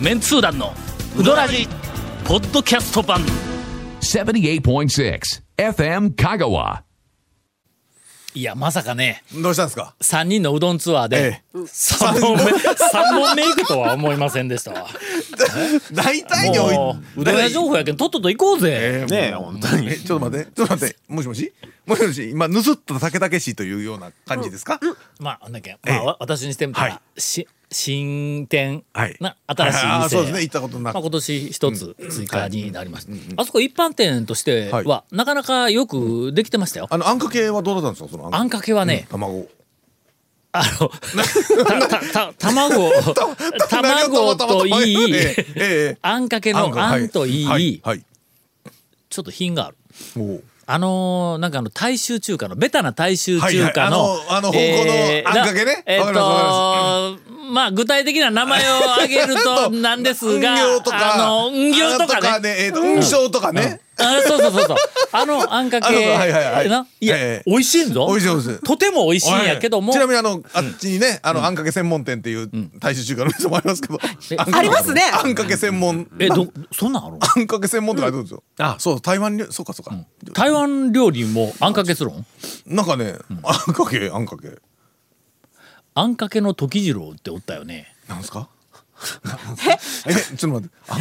メンツー団のウドラジポッドキャスト版78.6 FM Kagawa. いやまさかねどうしたんですか3人のうどんツアーでえ3本目 三本目行くとは思いませんでしたわ大体においもううどん屋情報やけんとっとと行こうぜえーねえ本当にちょっと待ってちょっと待ってもしもしもしもし今ぬすっとたけたけしというような感じですか、まあなんだっけまあわ私にしてみたはらし新店はいな新しいあー店そうですね行ったことなくまあ今年一つ追加になりましたあそこ一般店としてはいはなかなかよくできてましたよあのあんかけはどうだったんですかそのあんかけはね卵あの、た、た、た、卵、卵といいえ、えええあんかけのあんといい、はいはいちょっと品がある。おうあのーなんかあの、大衆中華の、ベタな大衆中華の、はいはいあのあの香港のあんかけねえーわかりますなえっと、まあ、具体的な名前を挙げるとなんですが、うんぎょうとかあの、うんぎょうとあかね。えーとうんしょうとかねあそうそうそうそう。あの、あんかけ、あそうそうはいはいはいないえやえ、美味しいんぞ。美味しい美味しいとても美味しいんやけども、ちなみにあのあっちにねあのあんかけ専門店っていう大衆中華の店もありますけどえんかけありますねあんかけ専門え、ど、そんなんあるあんかけ専門店あるんですよあそう台湾料そうかそうか台湾料理もあんかけするんなんかねあんかけあんかけあんかけの時次郎っておったよねなんすかえちょっと待ってあん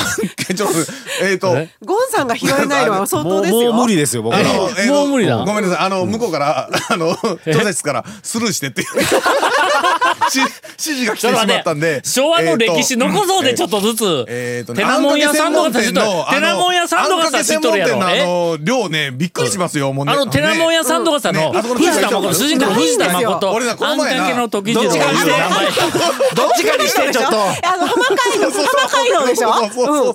あんけちょっと待ってえっとえゴンさんが拾えないのは相当ですよ。もう無理ですよ僕あらのはえーともう無理だごめんなさいあの向こうからあの調査室からスルーしてって いうし指示が来てしまったんで昭和の歴史残そうえでーとちょっとずつえーとテナモン屋さんとかさ知っとるテナモン屋さんとかさ知っとるやろあんかけ専門え店のあの量ね、びっくりしますよ、もうね。あのテナモン屋さんとかさねのあそこの藤田誠主人公の藤田誠俺らこあのんか前なけの時次郎どっちかにしていう名前どっちかにしてちょっとえあの、浜街道、浜街道でしょそうそうそうそう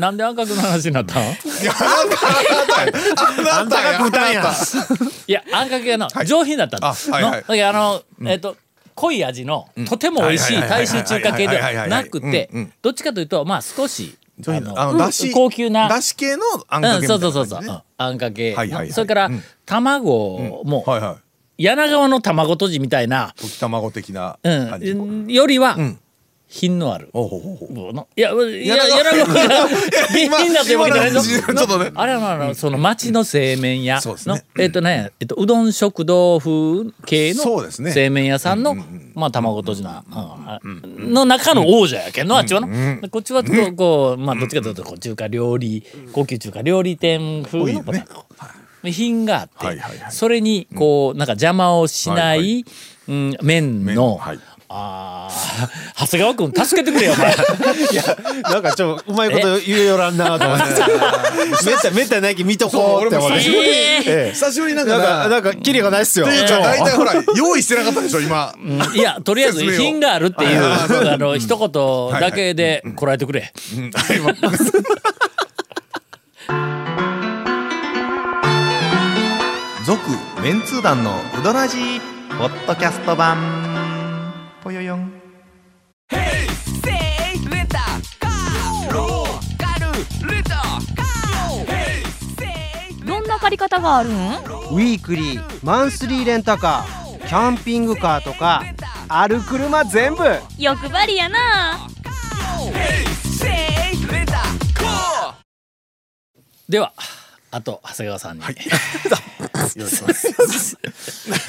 なんであんかけの話になったんい いやあなたあなたやあんたが食うたんやあなやあんかけがの上品だったんだあはいのはいだけどあのえっと濃い味のとても美味しい大衆中華系ではなくてうんうんどっちかというとまあ少しあのあのだし高級なだし系のあんかうけみん、たそいうそうそうな感そう、じねうんあんかけ、はいはいはいそれから、うん卵も、はいはい柳川の卵とじみたいな、溶き卵的なう感じん、よりは、ん品のある。ほうほうほうほうものいや、いや、柳柳川が 下今品だというわけじゃないぞ。今のちょっとねあれはあの、その町の製麺屋そうですのね、えっとね、えっと、うどん食堂風系そのうですね製麺屋さんの、まあ、卵とじな、うんの中の王者やけんの、あっちはの。こっちは、こうこう、まあ、どっちかというと、こう、中華料理、高級中華料理店風多いのよね品があって、はいはいはいそれにこう、なんか邪魔をしな、はいいはいうん、麺の、はいあー長谷川君助けてくれよお前 なんかちょっとうまいこと言うよらんなと思ってめっためったないき見とこうって思っそう俺も久しぶてりにえーええ久しぶりになんなんかかななんかキリがないっすよというか大体ほら用意してなかったでしょ今いやとりあえず説明を品があるっていうあの一言だけでこらえてくれ、続メンツー団のウドラジーポッドキャスト版ぽよよんどんな借り方があるんウィークリーマンスリーレンタカーキャンピングカーとかある車全部欲張りやなではあと長谷川さんに、そ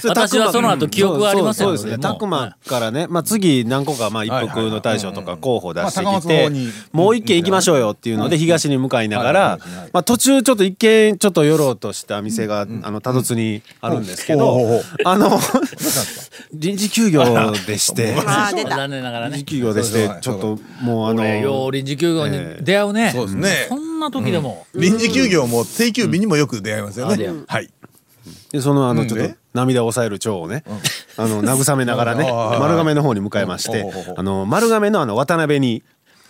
れタク私マはその後記憶がありませんのそうでそうもそうですねうタクマからね、まあ、次何個かまあ一服の大将とか候補出してきて、もう一軒行きましょうよっていうので東に向かいながら、まあ、途中ちょっと一軒ちょっと寄ろうとした店が、あの多度津にあるんですけど、あの臨時休業でしてあー出た残念ながら臨ね時休業でしてちょっともうあの俺よう臨時休業に出会うね、そうですねそんな時でも、臨時休業も定休日にもよく出会いますよねうんあはいでそのあのちょっえと涙を抑える蝶をね、あの慰めながらね丸亀の方に向かいましうんてほうほうほうあの丸亀のあの渡辺に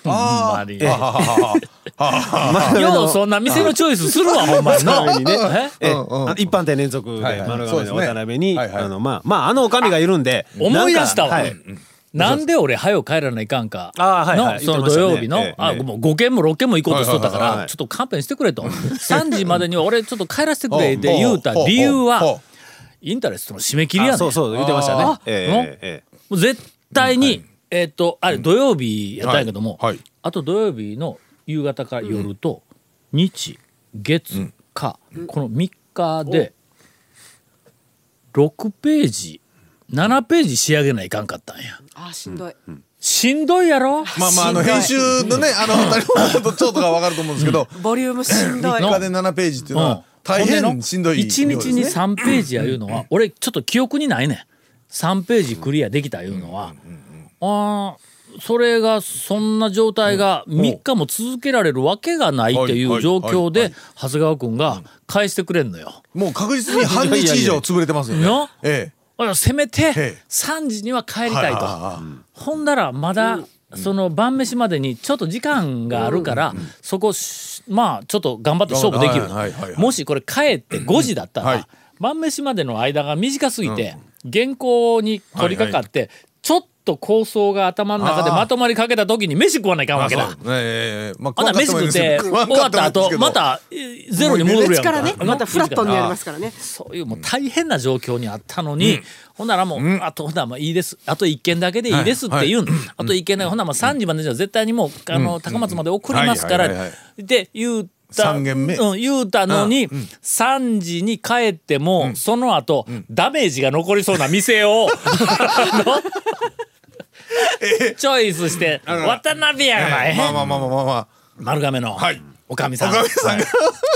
あ周りあはははは 丸亀よのうそんな店のチョイスするわほんまに渡辺にねなええうんうんあ一般店連続ではいはい丸そうで亀すのね渡辺にはいはいあのまあまああのおかみがいるんで思い出したわ、なんかはいなんで俺早う帰らないかんかあーはいはいのその言土ってましたね曜日の、ええあええもう5軒も6軒も行こうとしとったから、はいはいはいはいちょっと勘弁してくれと3時までには俺ちょっと帰らせてくれって言うた理由はインタレストの締め切りやねあんそうそう言ってましたねええええええもう絶対にえっとあれ土曜日やったんやけども、はいはいあと土曜日の夕方か夜と、日月火、この3日で6ページ7ページ仕上げないかんかったんやあーしんどい。しんどいやろまあまああのしんどい編集のねあの谷本さんと長とかわかると思うんですけどボリュームしんどい。 3日で7ページっていうのは大変しんどい量です1ね日に3ページやいうのは俺ちょっと記憶にないねん3ページクリアできたいうのはあーそれがそんな状態が3日も続けられるわけがないっていはうい状況はいで長谷川君が返してくれんのよ。もう確実に半日以上潰れてますよねのえ俺はせめてえ3時には帰りえたいはと。ははほんだらまだその晩飯までにちょっと時間があるからそこしまあちょっと頑張って勝負できはいはいはいはるいもしこれ帰って5時だったはいら晩飯までの間が短すぎて原稿に取り掛かってちょっと構想が頭の中でまとまりかけた時に飯食わないかんわけまあだそ。うええまああんな飯食って 終わった後またえゼロに戻るや一んかからね、なまたフラットになりますからね。そういうもう大変な状況にあったのに、ほんならもう、あとほんならまあいいですあと1件だけでいいですって言うん、あと1件だけほんならまあ3時までじゃ絶対にもう、あの高松まで送りますから、はいはいはいはで言うた三軒目うん、言うたのに、3時に帰っても、その後、ダメージが残りそうな店 をあのチョイスして「渡辺やない、まあまあまあまあまあま丸亀の、あはいおかみさん。おかみさんが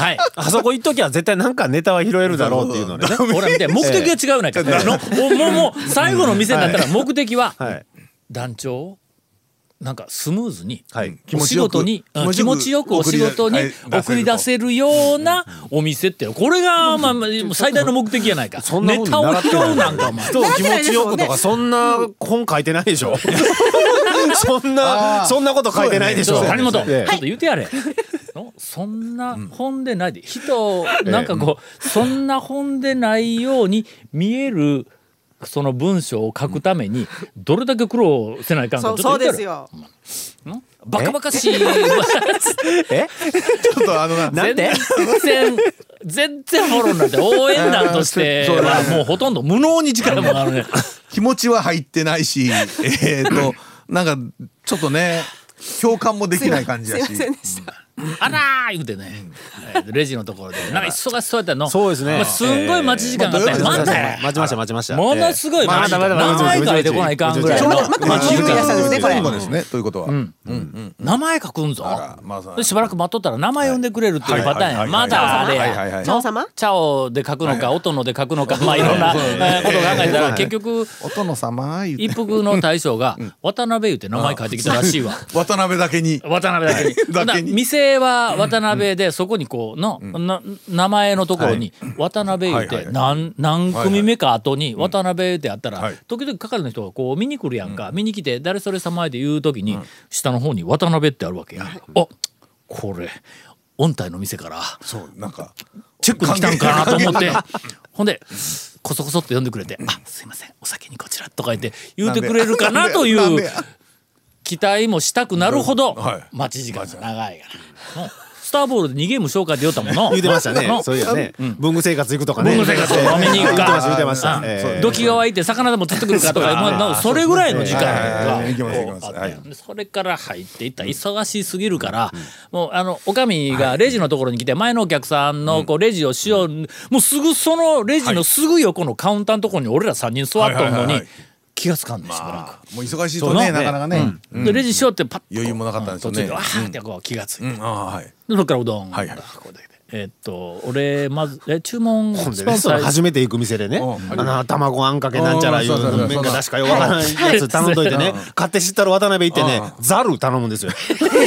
はいあそこ行っときゃ絶対なんかネタは拾えるだろうっていうのでね。ほら見て目的が違うねんから、のもうもうもう最後の店になったら目的ははい。団長をなんかスムーズに、はい。気お持ち仕よく事にうん気気持持ちちよよくくお仕事に送送りり出出せるようなお店ってこれがまあまあ最大の目的やないかそんなネもんタを習って拾なういなんかお前人を気持ちよくとかそんな本書いてないでし ょそんなそんなこと書いてないでしちょょっと谷本、えちょえっと言うてやれ。のそんな本でないで、人をなんかこう、そんな本でないように見えるその文章を書くためにどれだけ苦労せないかんかそちょっう、と言そうってやでれすよ。バカバカしいえちょっとあのななんで全然全然フォローになって応援団としてはもうほとんど無能に力もあるね気持ちは入ってないしえっとなんかちょっとね共感もできない感じすやいましせんでした。あらー言うてねはいレジのところでなんか忙しそうやったのそうですねまあすんごい待ち時間があったんやええまたや待ちました待ちましたものすごいま待だち時ま間だまだ名前書いてこないかんぐらいちのょうどまた待ち時言い出したん間ですねこれそうなんですねということは名前書くんぞあらまあそうでしばらく待っとったら名前呼んでくれるっていうパターンやはいまだあれはいはいはやいチャオ様チャオで書くのか音ので書くのかまあいろんなえーことを考えたら結局お殿様言って一服の大将が渡辺言うて名前書いてきたらしいわ。渡辺だけに渡辺だけに。ほんなだらけに店は渡辺で、そこにこうの、な名前のところに、渡辺言うはいて、はい何、何組目か後に、渡辺ってあったはらい、時々係の人がこう見に来るやんか、見に来て、誰それ様へで言うときに、下の方に渡辺ってあるわけや。あ、これ、音体の店から、そうなんかチェックに来たんかなと思って、ほんで、こそこそって呼んでくれて、あ、すいません、お先にこちらとか言って、言うてくれるかなといなんでうなんで期待もしたくなるほどはい待ち時間が長いから。うんスターボールで2ゲーム紹介で言ったもの。言うてましたのねそういやね文具生活行くとかね文具生活飲みに行くか言ってましたうん言ってましたええ土器が湧いて魚でも釣ってくるかとか、まあまあそれぐらいの時間がはいはいはいはい行きまこうす行きますあったよはでそれから入っていったら忙しすぎるから、もうあのおかみがレジのところに来て前のお客さんのこうレジをしよう、もうすぐそのレジのすぐ横のカウンターのところに俺ら3人座っとんはいはのいはいはにい気がつかんねしばらく。もう忙しいとねなかなかねでレジしようってパッとこう余裕もなかったんですよね途中でわーってこう気がついて、うんああはいでそっからうどん、 はいはいこうでえーっと俺まずえ注文ほんで一ね番その最初初めて行く店でねんあの卵あんかけなんちゃらいううんそうそうそう麺が出しかよわからんやつ頼んどいてね買って知ったら渡辺行ってねザル頼むんですよ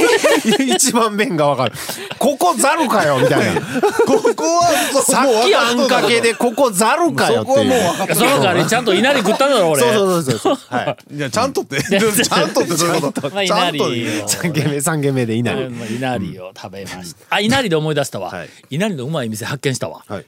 一番麺がわかるここザルかよみたいなここはそうさっきあんかけでここザルかよっていういやその代わりちゃんと稲荷食ったんだろ俺そうそうそうそうそうはいいやちゃんとって ちゃんとってそういうことまあちゃんといなり三軒目三軒目でいないうんまあ稲荷を食べました、あ稲荷で思い出したわ、はい稲荷のうまい店発見したわ、はい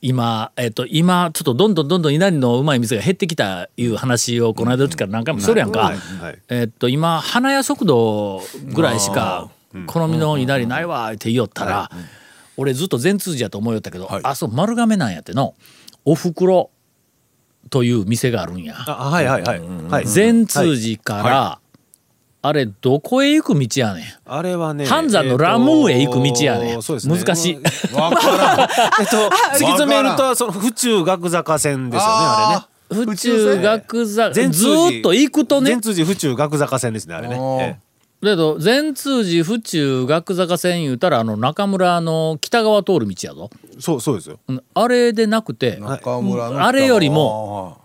今えっ、と今ちょっとどんどんどんどん稲荷のうまい店が減ってきたいう話をこの間うちから何回もするやんか、はいはいえっと今花屋食堂ぐらいしか好みの稲荷ないわって言おったら、俺ずっと善通寺やと思いよったけど、はいあそう丸亀なんやってのおふくろという店があるんや。あはいはいはい、はい、善通寺から、あれどこへ行く道やねん。あれはね半山のラムーへ行く道やねえーとそうですね難しいわ からん。えっと突き詰めるとその府中学坂線ですよねあれあね府中学座ず善通寺ーっと行くとね善通寺府中学坂線ですねあれねおーえだけど善通寺府中学坂線言うたらあの中村の北側通る道やぞえそうそうですようんあれでなくてー中村のあれよりも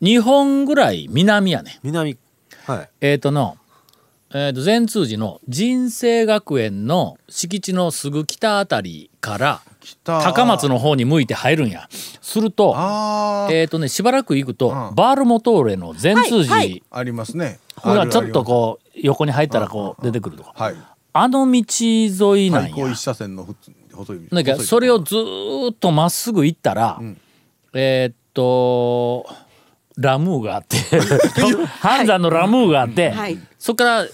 日本ぐらい南やねん南はいえっ、とのえー、と善通寺の人生学園の敷地のすぐ北あたりから北高松の方に向いて入るんやするとあーえーとね、しばらく行くと、んバールモトーレの善通寺、はいはいありますねがちょっとこう横に入ったらこう出てくるとこ、はいあの道沿いなん対や向一車線のふつ細い道なんか細いそれをずーっとまっすぐ行ったら、えーっとラムーがあって半山のラムーがあって、はいそこから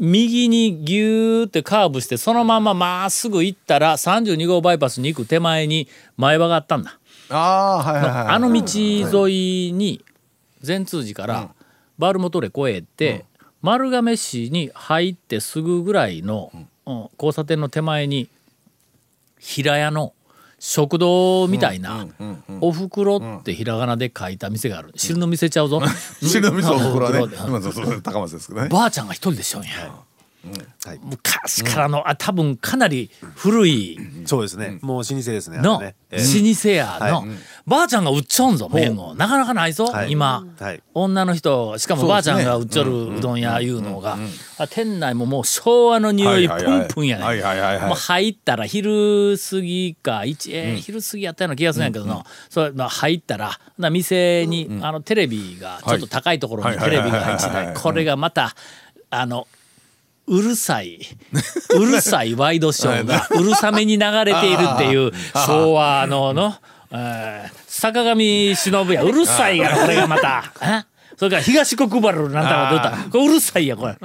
右にギューってカーブしてそのまままっすぐ行ったら32号バイパスに行く手前に前場があったんだ。あーはいはいはいあの道沿いに善通寺からバールモトレ越えて丸亀市に入ってすぐぐらいのうん交差点の手前に平屋の食堂みたいなおふくろってひらがなで書いた店がある汁の店ちゃうぞ白味噌おふくろはねおふくろ今そうそう高松ですけどねばあちゃんが一人でしょんや昔からのあ多分かなり古いそうですね、もう老舗ですねのあれねええ老舗やのはいばあちゃんが売っちゃうんぞ麺をなかなかないぞはい今はい女の人しかもばあちゃんが売っちゃるうどん屋いうのがあ店内ももう昭和の匂いプはいはいはンいプンやはねいはいはいはいもう入ったら昼過ぎか一えー昼過ぎやったような気がするんやけどのそれまあ入ったらな店にあのテレビがちょっと高いところにテレビが一はいはいはいはいはい台これがまたあのうるさいうるさいワイドショー がうるさめに流れているっていう昭和のの、えー坂上忍やうるさいやろこれがまた。えそれから東国原のなんたらどうたこれうるさいやこれ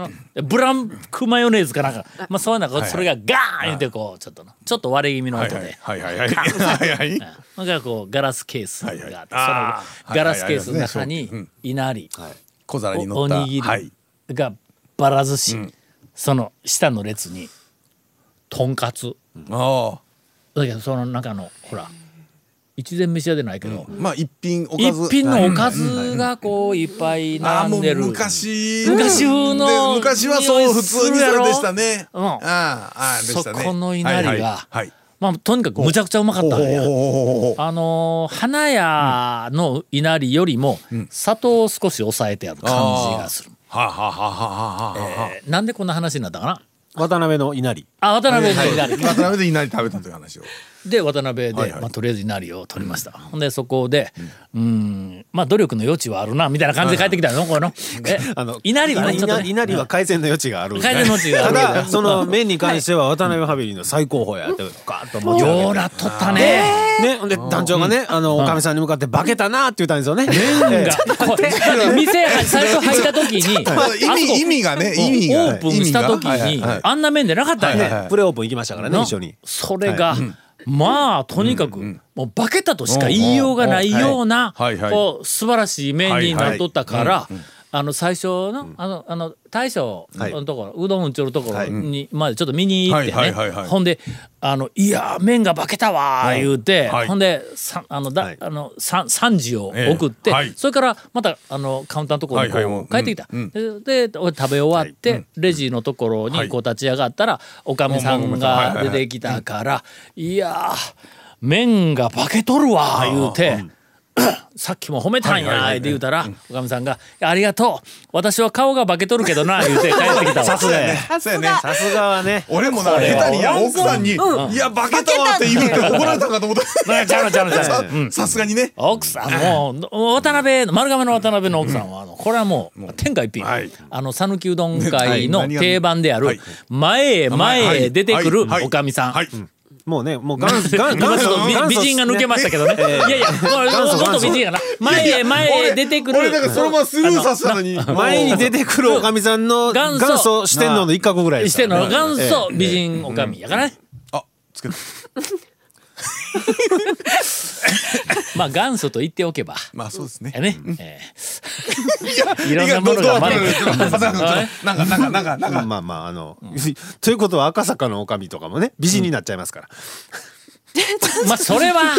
ブランクマヨネーズかなんかまあそういうのがそれがガーン言ってこうちょっとなちょっと割れ気味のはい音はいではいはいはいはいはい それからこうガラスケースがあってはいはいそのガラスケースの中はいはいありますねにいなり小皿に乗おおったにぎはいりがばら寿司、その下の列にとんかつあだけどその中のほら一膳飯屋でないけど、ーまあ一品おかず一品のおかずがこういっぱいああ並もんうでる、昔昔風ので昔はそう普通にそれでしたねうんああああでしたねそこのいなりがはいはいはいまあとにかくむちゃくちゃうまかっほうたほうのよほうほうあのー花屋のいなりよりも砂糖を少し抑えてある感じがする、はあはあはあはあはあはあえーなんでこんな話になったかな渡辺の稲荷あ渡辺のいなり渡辺でいなり食べたという話を。で渡辺で、はいはいまあ、とりあえず稲荷を取りました、ほんでそこでうんまあ努力の余地はあるなみたいな感じで帰ってきたの、この えあの稲荷はねちょっと稲ね稲荷は改善の余地がある改善の余地があるただその麺に関しては渡辺ファミリーの最高峰やってガーッと持ち上げようてなっとったねね、ほんで団長がね、あの、おかみさんに向かって、化けたなって言ったんですよね。麺がこう店入最初入った時 に意味意味がね意味オがープンした時にあんな面でなかったんや、プレオープン行きましたからね、の一緒に。それが、まあとにかく、もう化けたとしか言いようがないような、うんうんはいはいこう素晴らしい面になっとったから、あの最初の,、あのあの大将のところ、うどん打ち寄るところにまでちょっと見に行ってね、はいはいはいはいほんで「あのいやー麺が化けたわ」言うて、はいほんでさあのだ、はいあのさ3時を送って、ええはいそれからまたあのカウンターのところにこうはいはいもう帰ってきた。でで俺食べ終わって、レジのところにこう立ち上がったら、おかみさんが出てきたから「いやー麺が化けとるわ」言うて。 さっきも褒めたんはいはいやはいって言うたらおかみさんが「ありがとう私は顔が化けとるけどな」 言うて帰ってきたわすがやね。さすがさすがはね。俺もな下手にいや奥さんに「いや化けたわ」って言うて怒られたんかと思ったなんかちゃうのちゃうのちゃうのさ さすがにね奥さんも渡辺丸亀の渡辺の奥さんはあのこれはもう天下一品はいあの讃岐うどん会のはい何が定番であはるい前へ前へ出てくるはいはいおかみさんはいもうね、もう元祖、元今ちょっと祖美美人が抜けましたけどね。いえやいや、もう元祖もっと美人やな。前へ前へ出てくる。俺だからそのままスルーさせたのに 前に出てくるおかみさんの元元祖祖四天王の一角ぐらいですしてんからのね。元祖美人おかみやからね。あつけたまあ元祖と言っておけば。まあそうですね。やね。ええ いろんなものがまだ。なんかなんかなんかなんか。まあまああの、 ということは赤坂の女将とかもね美人になっちゃいますから、 まあそれは。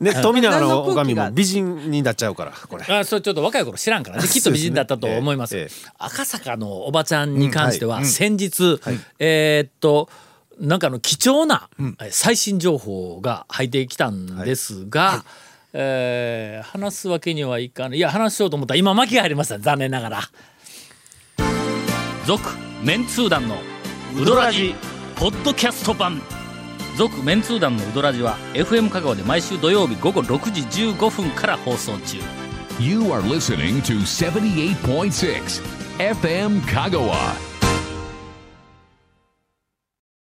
ね富永何のの空気女将がも美人になっちゃうからこれ。あそれちょっと若い頃知らんからねきっと美人だったと思いますそうです赤坂のおばちゃんに関しては先日、えーっとなんかあの貴重なえー最新情報が入ってきたんですが、えー話すわけにはいかないいや話しようと思ったら今巻きが入りました残念ながら「続・メンツー団のウドラジポッドキャスト版」続メンツー団のウドラジは FM 香川で毎週土曜日午後6時15分から放送中 You are listening to 78.6 FM Kagawa.